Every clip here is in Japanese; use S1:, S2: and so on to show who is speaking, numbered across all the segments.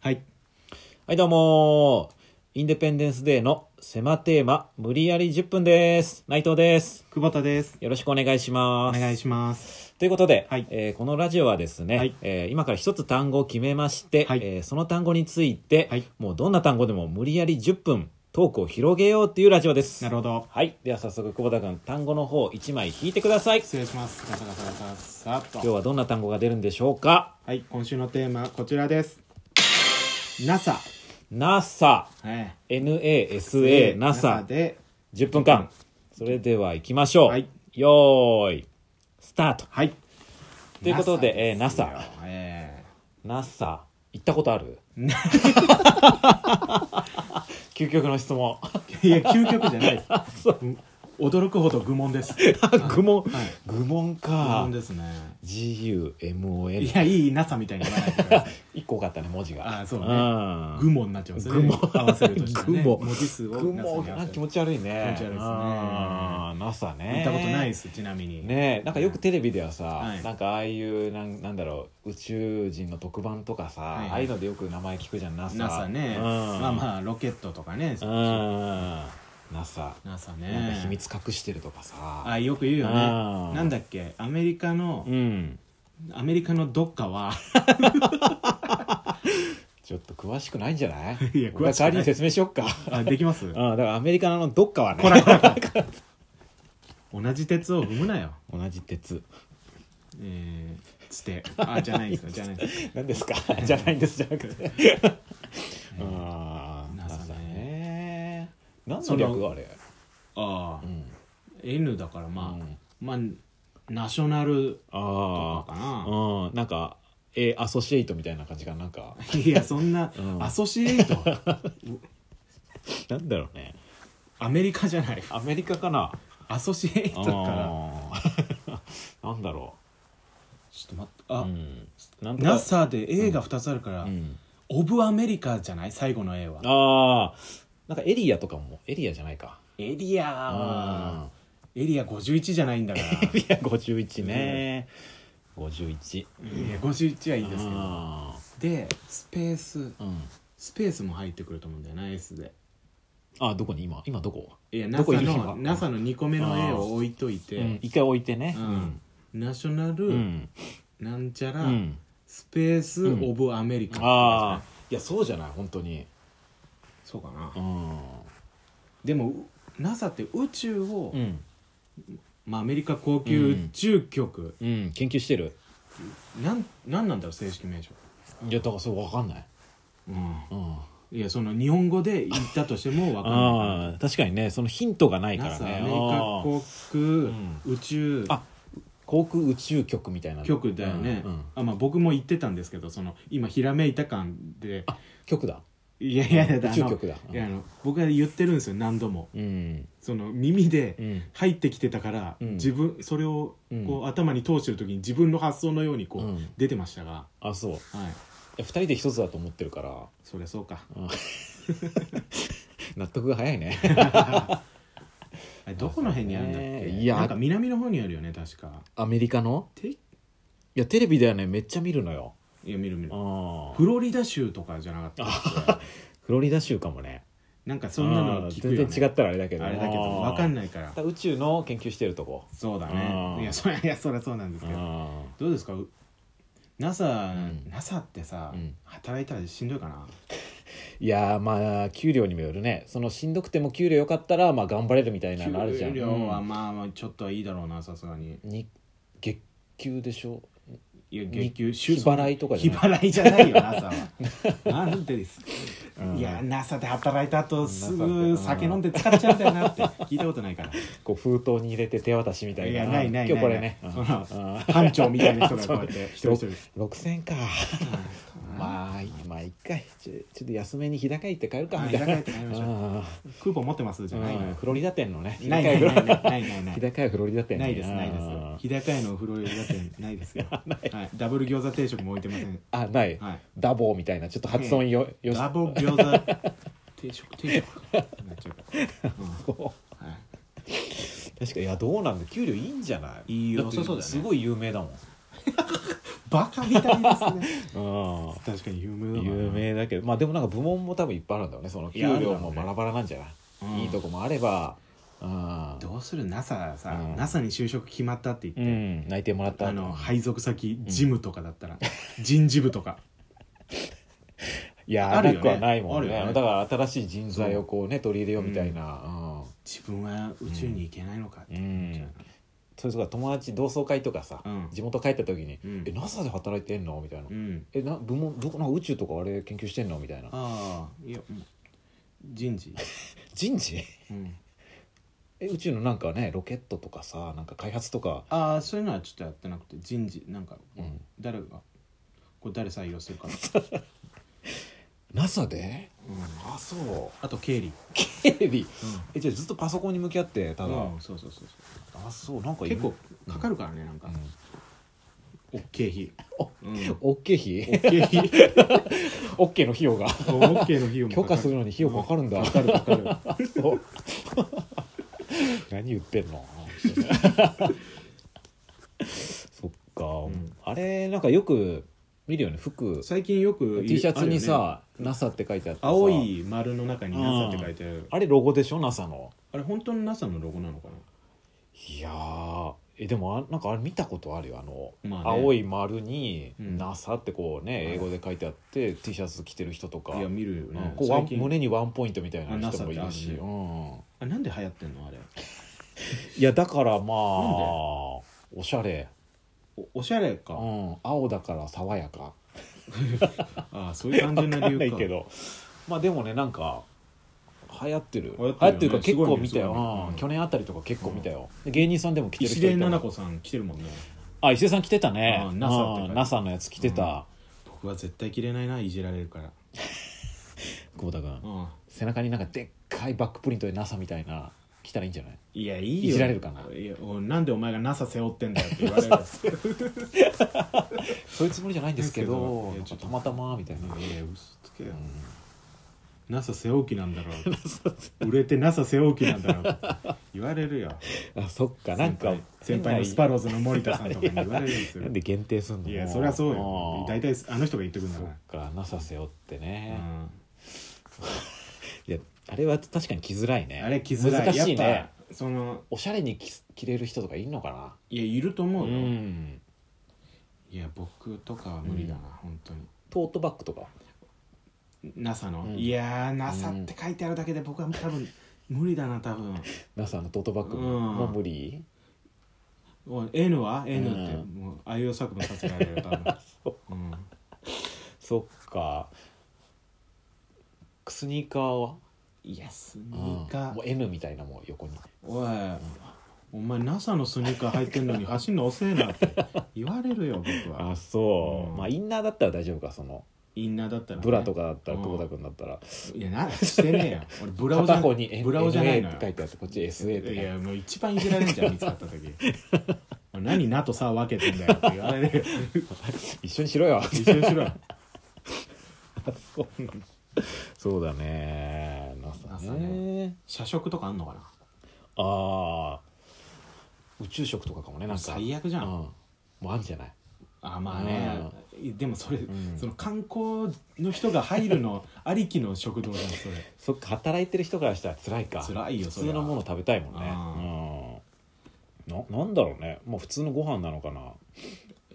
S1: はい。
S2: はい、どうもーインデペンデンスデーの狭テーマ、無理やり10分です。内藤です。
S1: 久保田です。
S2: よろしくお願いし
S1: お
S2: ます。
S1: 願いします。
S2: ということで、
S1: はい
S2: えーこのラジオはですね、
S1: はい
S2: えー今から一つ単語を決めまして、
S1: はい
S2: えーその単語について、
S1: はい
S2: もうどんな単語でも無理やり10分トークを広げようっていうラジオです。
S1: なるほど。
S2: はい、では早速、久保田君、単語の方1枚引いてください。
S1: 失礼します。ガサガサガサさっと。
S2: 今日はどんな単語が出るんでしょうか
S1: はい、今週のテーマはこちらです。NASA。
S2: ?NASA、
S1: はい。
S2: NASA、NASA、
S1: で。
S2: 10分間。それでは行きましょう。
S1: はい
S2: よーい、スタート。
S1: はい。
S2: ということでえー NASA
S1: ですよえ
S2: NASA、行ったこと ある究極の質問。
S1: ーいや、究極じゃないです。うん 驚くほど愚問 です。愚
S2: 愚
S1: は
S2: 問、
S1: い
S2: 愚問か
S1: 問。ですね。い
S2: GUMON。
S1: や、いい NASA みたいに言わないでくだ さい。
S2: 一個多かったね、文字が。
S1: あーそうね
S2: ん
S1: 愚問になっちゃいますよね。
S2: 愚問
S1: 合わせるとしたらね。
S2: 愚問
S1: 文字数を
S2: 雲
S1: NASA に合
S2: も
S1: わせる
S2: 気持ち悪い
S1: 気
S2: ね
S1: 持ち悪いですね
S2: あー NASA ね
S1: 見たことないです、ちなみに。
S2: ねえなんかよくテレビではさ、
S1: はい
S2: なんかああいうなんなんだろう宇宙人の特番とかさ、
S1: いはい
S2: ああいうのでよく名前聞くじゃん NASA,
S1: NASA ね、
S2: うん、
S1: まあまあロケットとかね、
S2: あうん NASA、
S1: NASA
S2: なんか
S1: ね
S2: 秘密隠してるとか
S1: あ
S2: さ
S1: よく言うよね
S2: あー
S1: なんだっけアメリカの
S2: うん
S1: アメリカのどっか は
S2: ちょっと詳しくないんじゃない
S1: いや詳しくない
S2: 俺が代わりに説明しよっか
S1: あできます
S2: うんだからアメリカのどっかは
S1: こ
S2: ね
S1: らこらこ ら同じ鉄を踏むなよ
S2: 同じ鉄
S1: えー、つてあじゃないで すよじゃないですよ
S2: 何ですか じゃないんですじゃなくて ああ
S1: NASA ね
S2: NASA ね何の
S1: その
S2: 略あれ
S1: ああ、
S2: ん
S1: N だからまあ、
S2: うん
S1: まあナショナルと
S2: あ
S1: かかな
S2: あうんなんかえアソシエイトみたいな感じがなん か
S1: いやそんな、
S2: うん
S1: アソシエイト
S2: なんだろうね
S1: アメリカじゃ ない
S2: アメリカかな
S1: アソシエイ
S2: あ
S1: トから
S2: ーなんだろ
S1: ちょっと待って
S2: う
S1: あ、
S2: うんなんとか
S1: NASA で A が2つあるから、
S2: うん
S1: オブアメリカじゃない最後の A は
S2: ああなんかエリアとかもエリアじゃないか
S1: エリアはエリア51じゃないん だから
S2: エリア51ね51
S1: いや51はいいです
S2: あ
S1: けどでスペース
S2: ーうん
S1: スペースも入ってくると思うんだよな S で
S2: あどこに今今どこ
S1: いや
S2: どこ
S1: NASA
S2: いる今
S1: の NASA の2個目の
S2: あ
S1: A
S2: ー
S1: を置いといて、
S2: うん一回置いてね
S1: うんナショナル、
S2: うん
S1: なんちゃ
S2: う
S1: ら、
S2: ん
S1: スペース、
S2: うん
S1: オブアメリカ
S2: ああいやそうじゃない本当に
S1: そうかな、
S2: うん
S1: でもう NASA って宇宙を、
S2: うん
S1: まあ、アメリカ高級宇宙局、
S2: うん研究してる
S1: なんなんなんだろう正式名称、
S2: いやだからそれ分かんない
S1: うん
S2: うん
S1: いやその日本語で言ったとしても分かんない
S2: ああ確かにねそのヒントがないから
S1: NASA ア
S2: ね
S1: メリカ航空、
S2: ん
S1: 宇宙
S2: あ航空宇宙局みたいな
S1: 局だよね、
S2: うんうん
S1: あまあ、僕も言ってたんですけどその今ひらめいた感で
S2: 局だ
S1: いやいやいやだ
S2: 宇宙局だ
S1: あのいやあの僕が言ってるんですよ何度も
S2: うん
S1: その耳
S2: う
S1: で
S2: ん
S1: 入ってきてたから、
S2: うん
S1: 自分それをこう、
S2: うん
S1: 頭に通してる時に自分の発想のようにこう、
S2: うん
S1: 出てましたが、
S2: あそうい
S1: はい、
S2: や二人で一つだと思ってるから
S1: そりゃそうか
S2: うん納得が早いね
S1: あれどこの辺にあるんだっ
S2: そう
S1: け
S2: ねいや
S1: なんか南の方にあるよね確か
S2: アメリカの
S1: てい
S2: いやテレビではねめっちゃ見るのよ
S1: や見る見る
S2: あ
S1: フロリダ州とかじゃなかったっけ
S2: フロリダ州かもね
S1: なんかそんな
S2: う
S1: の
S2: ん
S1: 聞くよ、ね、
S2: 全然違ったらあれだけど
S1: あれだけど分かん
S2: な
S1: な
S2: い
S1: いから
S2: 宇宙の研究してるとこ
S1: そうだ
S2: あ
S1: ね
S2: ー
S1: いやそりゃいやそりゃそうなんですけど
S2: あ
S1: どうですかう NASA、
S2: ん
S1: NASA ってさ、
S2: うん
S1: 働いたらしんどいかない
S2: やーまあ給料にもよるねそのしんどくても給料良かったらまあ頑張れるみたいなのあるじゃん
S1: 給料はまあまあちょっとはいいだろうなさすがに
S2: うんに月給でしょ
S1: いや
S2: に
S1: 月給
S2: 日払いとかじ
S1: 日
S2: ゃない
S1: 払いじゃないよ NASA はなんでです、
S2: うん
S1: いや NASA で働いた後す
S2: NASA
S1: ぐ
S2: で
S1: 酒飲んで使っちゃうんだよなって聞いたことないから
S2: こう封筒に入れて手渡しみたいな。
S1: いやないないない
S2: 今日これね。
S1: な
S2: う
S1: い
S2: ん
S1: その
S2: うん
S1: 班長みたいな人がこうやって一人一人
S2: 六千か。まあまあ一回ちょちょっと安めに日高行って帰るかみたい
S1: あ日
S2: な。
S1: 高屋行って帰りましょう
S2: うん
S1: クーポン持ってますじゃないの
S2: う
S1: よ
S2: んフロリダ店のね。
S1: ないないないないないないない
S2: 日高屋フロリダ店ね。
S1: ないですないで
S2: うん
S1: す日高屋のお風呂屋だってないです よはいダブル餃子定食も置いてません
S2: あない
S1: はい。
S2: ダボーみたいなちょっと発音よよし
S1: ダ。ブル餃子定食定食なっちゃうからうん は
S2: 確かいやどうなんだ給料いいんじゃない
S1: いいよ
S2: って
S1: 良さそうだよね
S2: すごい有名だもん
S1: バカみたい ですね
S2: うん
S1: 確かに有名だな
S2: 有名だけどまあでもなんか部門も多分いっぱいあるんだろうねその給料もバラバラなんじゃない
S1: うん
S2: いいとこもあればうん、
S1: どうする NASA さ、
S2: うん
S1: NASA に就職決まったって言って、
S2: うん、泣いてもらった
S1: あの配属先ジムとかだった ら、人事部とか
S2: いや
S1: あ
S2: あ
S1: るよね
S2: なくはないもんね
S1: あるよね
S2: だから新しい人材をこうね取り入れようみたいな、
S1: 自分は宇宙に行けないのかって思っちゃうな
S2: それとか友達同窓会とかさ、
S1: うん
S2: 地元帰った時に「
S1: うん
S2: え NASA で働いてんの?」みたいな「
S1: うん、
S2: えな部門どこなんか宇宙とかあれ研究してんの?」みたいな
S1: ああいやうん人事、
S2: 「人事
S1: うん、
S2: え宇宙のなんかねロケットとかさなんか開発とか
S1: ああそういうのはちょっとやってなくて人事なんか、
S2: うん
S1: 誰がこれ誰採用するかな、
S2: NASA で?
S1: うん」
S2: あそう
S1: あと経理
S2: テレビえじゃあずっとパソコンに向き合ってただ、
S1: うん、そうそうそうそ
S2: あそうなんか
S1: う
S2: いる
S1: 結構かかるからねなんか、お経費
S2: お
S1: うん
S2: オッケー費
S1: 経費
S2: オッケーの費用が
S1: オッケーの費用も
S2: 許可するのに費用もかかるんだ、
S1: かかるかかる
S2: そう何言ってんの そっか、
S1: ん
S2: あれなんかよく見るよね服
S1: 最近よく
S2: T シャ
S1: あ
S2: ツに
S1: るよね
S2: さ「NASA」って書いてあってさ
S1: 青い丸の中に NASA って書いてある、
S2: あれロゴでしょ NASA の
S1: あれ本当の NASA のロゴなのか
S2: いやーえでもあなんかあれ見たことあるよあの、
S1: まあね
S2: 青い丸に「
S1: うん
S2: NASA」ってこうね、
S1: はい
S2: 英語で書いてあって T シャツ着てる人とか
S1: ないや見るよ
S2: うん
S1: ね、
S2: こうワ
S1: 最
S2: ン
S1: 近
S2: 胸にワンポイントみたい
S1: あ
S2: な
S1: NASA
S2: 人もいるし、
S1: ってある
S2: うん、
S1: あなんで流行ってんのあれ
S2: いやだからまあ
S1: なんで
S2: おしゃれ、
S1: おおしゃれ
S2: う
S1: か、
S2: ん、青だから爽やか
S1: ああそういう単純な
S2: わか
S1: 理
S2: んな
S1: 由
S2: い
S1: か
S2: けどまあでもねなんか流行ってる
S1: 流行ってるよね
S2: 流行ってるから結
S1: す
S2: 構見た
S1: ごいねすごい
S2: よ
S1: ね、
S2: うん去年あたりとか結構見たよ、で芸人さんでも着てる
S1: 石
S2: 人い
S1: 出
S2: た
S1: 奈々
S2: もん
S1: 子さん来てるもんね
S2: あ伊勢さん着てたね
S1: あ NASA って書いてある
S2: うん NASA のやつ着てた、
S1: 僕は絶対着れないないじられるから
S2: 久保田君
S1: うん
S2: 背中になんかでっかいバックプリントで NASA みたいな着たらいいんじゃない
S1: いやいいよ
S2: いじられるかない
S1: やおなんでお前が NASA 背負ってんだよって言 われる
S2: そういうつもりじゃないんですけ
S1: ですけ
S2: ど
S1: どいや
S2: なん
S1: ちょ
S2: か
S1: っと
S2: たまたまみたいな、
S1: いや嘘つけよ、NASA 背負う気なんだろう売れて NASA 背負う気なんだろう言われるよ
S2: あそっかなんか
S1: 先輩先輩のスパローズの森田さんとかに言われるんです
S2: な
S1: よ
S2: んで限定すん の
S1: いやそりゃそうよ
S2: ん
S1: 大体あの人が言ってくるんだ
S2: そ
S1: か
S2: っか NASA 背負って
S1: ら、
S2: ね
S1: う、ん
S2: いやあれは確かに着づらいね
S1: あれ気づらい
S2: 難しい
S1: やっ
S2: ね
S1: ぱその
S2: おしゃれに着着れる人とかいんのか
S1: いやいると
S2: な
S1: 思うよ、
S2: ん
S1: いや僕とかは無理だな、本当に
S2: トートバッグとか
S1: NASA の、
S2: うん
S1: いやー NASA って書いてあるだけで僕は多分無理だな多分
S2: NASA のトートバッグ
S1: うん
S2: も無理、
S1: おい N は N って
S2: うん
S1: もうあいうえお作文させられるよ多分
S2: そ
S1: う
S2: う
S1: ん
S2: そっかスニーカーは
S1: イエス
S2: うん
S1: ニーカ
S2: もう
S1: ー
S2: N みたいなもん横に
S1: おいお前 NASA のスニーカー履いてんのに走んの遅えなって言われるよ僕は
S2: そうまあインナーだったら大丈夫かその
S1: インナーだったらね、
S2: ブラとかだったら
S1: うん
S2: 久保田君だったら
S1: いやなしてねえよ俺ブラをじゃ
S2: 片方に N-
S1: ブラをじゃないの
S2: NA っ
S1: よ
S2: て書いてあってこっち SA って書い
S1: い
S2: てあ
S1: やもう一番いじられんじゃん見つかった 時おい何「な」と「さ」分けてんだよって言われるよ
S2: る一緒にしろよ
S1: 一緒にしろよ
S2: そうだね NASA
S1: ね
S2: ね
S1: 社食とかあんのかな
S2: ああ宇宙食とかかもねなんか
S1: 最悪じゃん、
S2: うん、もうあるんじゃない
S1: あまあね、でもそれ、
S2: ん
S1: その観光の人が入る のありきの食堂じゃんそれ
S2: そっか働いてる人からしたら辛いか
S1: 辛いよ
S2: 普
S1: そり
S2: 通
S1: ゃ
S2: のもの食べたいもんねうんななんだろうねまあ普通のご飯なのかな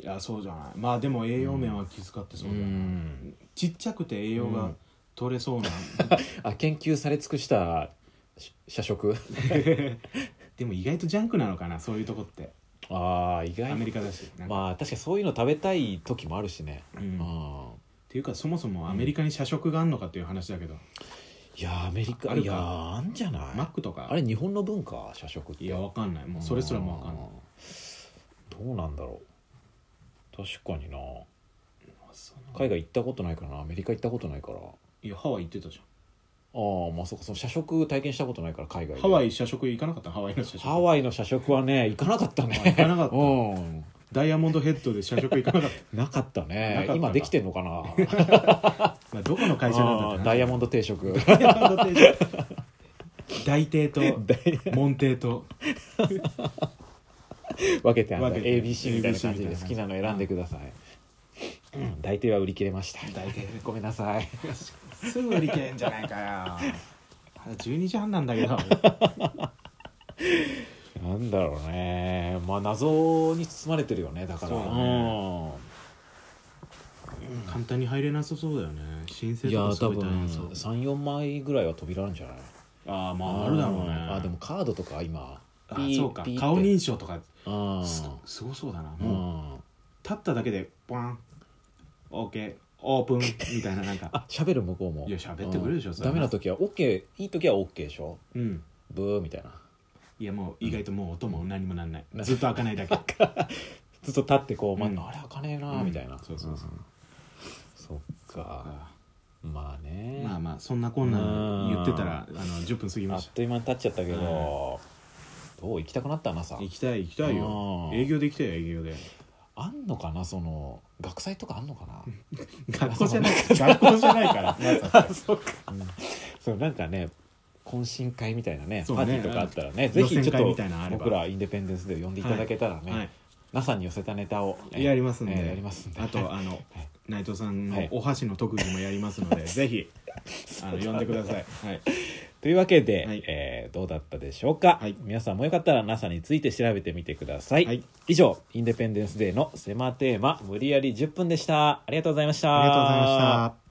S2: い
S1: やそうじゃないまあでも栄養面は気遣ってそうだよ、
S2: ん
S1: ちっちゃくて栄養
S2: う
S1: が
S2: ん
S1: 取れそう な、
S2: あ研究され尽くしたし社食
S1: でも意外とジャンクなのかなそういうとこって
S2: ああ意
S1: ア
S2: 外
S1: メ
S2: に
S1: リカだしなんか
S2: まあ確かにそういうの食べたい時もあるしね
S1: う
S2: うん
S1: んっ
S2: い
S1: ていうかそもそもアメリカに社食があんのかっていう話だけど、
S2: やーアメリカ
S1: あ
S2: い
S1: るか
S2: やーあんじゃない
S1: マックとか
S2: あれ日本の文化社食って
S1: いやわかんないもうそれすらもわかんない
S2: いどうなんだろう確かにな
S1: そ
S2: 海外行ったことないからなアメリカ行ったことないからあ
S1: のいやハワイ行ってたじ
S2: あまあそうかその社食体験したことないから海
S1: ゃ
S2: 外
S1: ん
S2: で
S1: ハワイ社食行かなかったハワイの社食
S2: ハワイの社食はね行かなかったね
S1: あ行かなかった
S2: うん
S1: ダイヤモンドヘッドで社食行かなかっ
S2: なかった
S1: なか
S2: ね
S1: ったか
S2: 今できてんのかな
S1: たまあどこの会社なんだって
S2: うん
S1: 話
S2: ダイヤモンド定 食
S1: ダイヤモンド定食大帝と
S2: ダイ
S1: 門帝と
S2: 分けてあんだ
S1: 分けて
S2: ABC みたいな感じで好きなの選んでください、うん大抵は売り切れました
S1: 大 抵
S2: ごめんなさい
S1: すぐ売り切れんじゃないかよまだ12時半なんだけど
S2: なんだろうねまあ謎に包まれてるよねだから
S1: そうだね簡単に入れなさそうだよね申
S2: うん
S1: 請
S2: いや
S1: とかす
S2: 多
S1: ごい
S2: 分
S1: 大変そう
S2: 34枚ぐらいは飛びらあるんじゃない
S1: ああまああるだろうね
S2: あでもカードとか今
S1: あ
S2: ピー
S1: そうか
S2: ピーって
S1: 顔認証とか
S2: あ
S1: すすごそうだな
S2: う
S1: もうん立っただけでポンオーケーオープンみたいななんか
S2: あ喋る向こうも
S1: いや喋ってくれるでしょ
S2: うん
S1: それ
S2: ダメな時は OK いい時は OK でしょ
S1: うん
S2: ブーみたいない
S1: やもう意外ともう音も何もなんない
S2: うん
S1: ずっと開かないだ け
S2: ずっと立ってこう、ま
S1: うん
S2: あ、あれ開かねえな
S1: うん
S2: みたいな、
S1: そうそうそうん
S2: そっかまあね
S1: まあまあそんなこんなん言ってたらあの10分過ぎ
S2: あ
S1: ま
S2: っ
S1: した
S2: という間に経っちゃったけど、どう行きたくなったなさ
S1: 行きたい行きたいよ
S2: うん
S1: 営業で行きたいよ営業で
S2: あんのかなその学祭とかあんのかな
S1: 学校じゃない学校じゃないからまさか
S2: そうか、そうなんかね懇親会みたいなね
S1: そう
S2: パ
S1: ね
S2: ーティーとかあったら
S1: あ
S2: ね
S1: の
S2: ぜひ
S1: 予
S2: ちょ
S1: 選
S2: っ
S1: 会み
S2: と
S1: たいなのあれば
S2: 僕らインデペンデンスで呼んでいただけたらね、
S1: はい
S2: NASA に寄せたネタを、ね
S1: やりますんで
S2: えーやりますんで
S1: あとあの
S2: い
S1: 内藤さん
S2: は
S1: の
S2: い
S1: お箸の特技もやりますのでぜひあの呼んでくださいはい
S2: というわけで、
S1: はい
S2: えーどうだったでしょうか、
S1: はい
S2: 皆さんもよかったら NASA について調べてみてください、
S1: はい
S2: 以上インデペンデンスデーの狭テーマ無理やり10分でしたありがとうございました
S1: ありがとうございました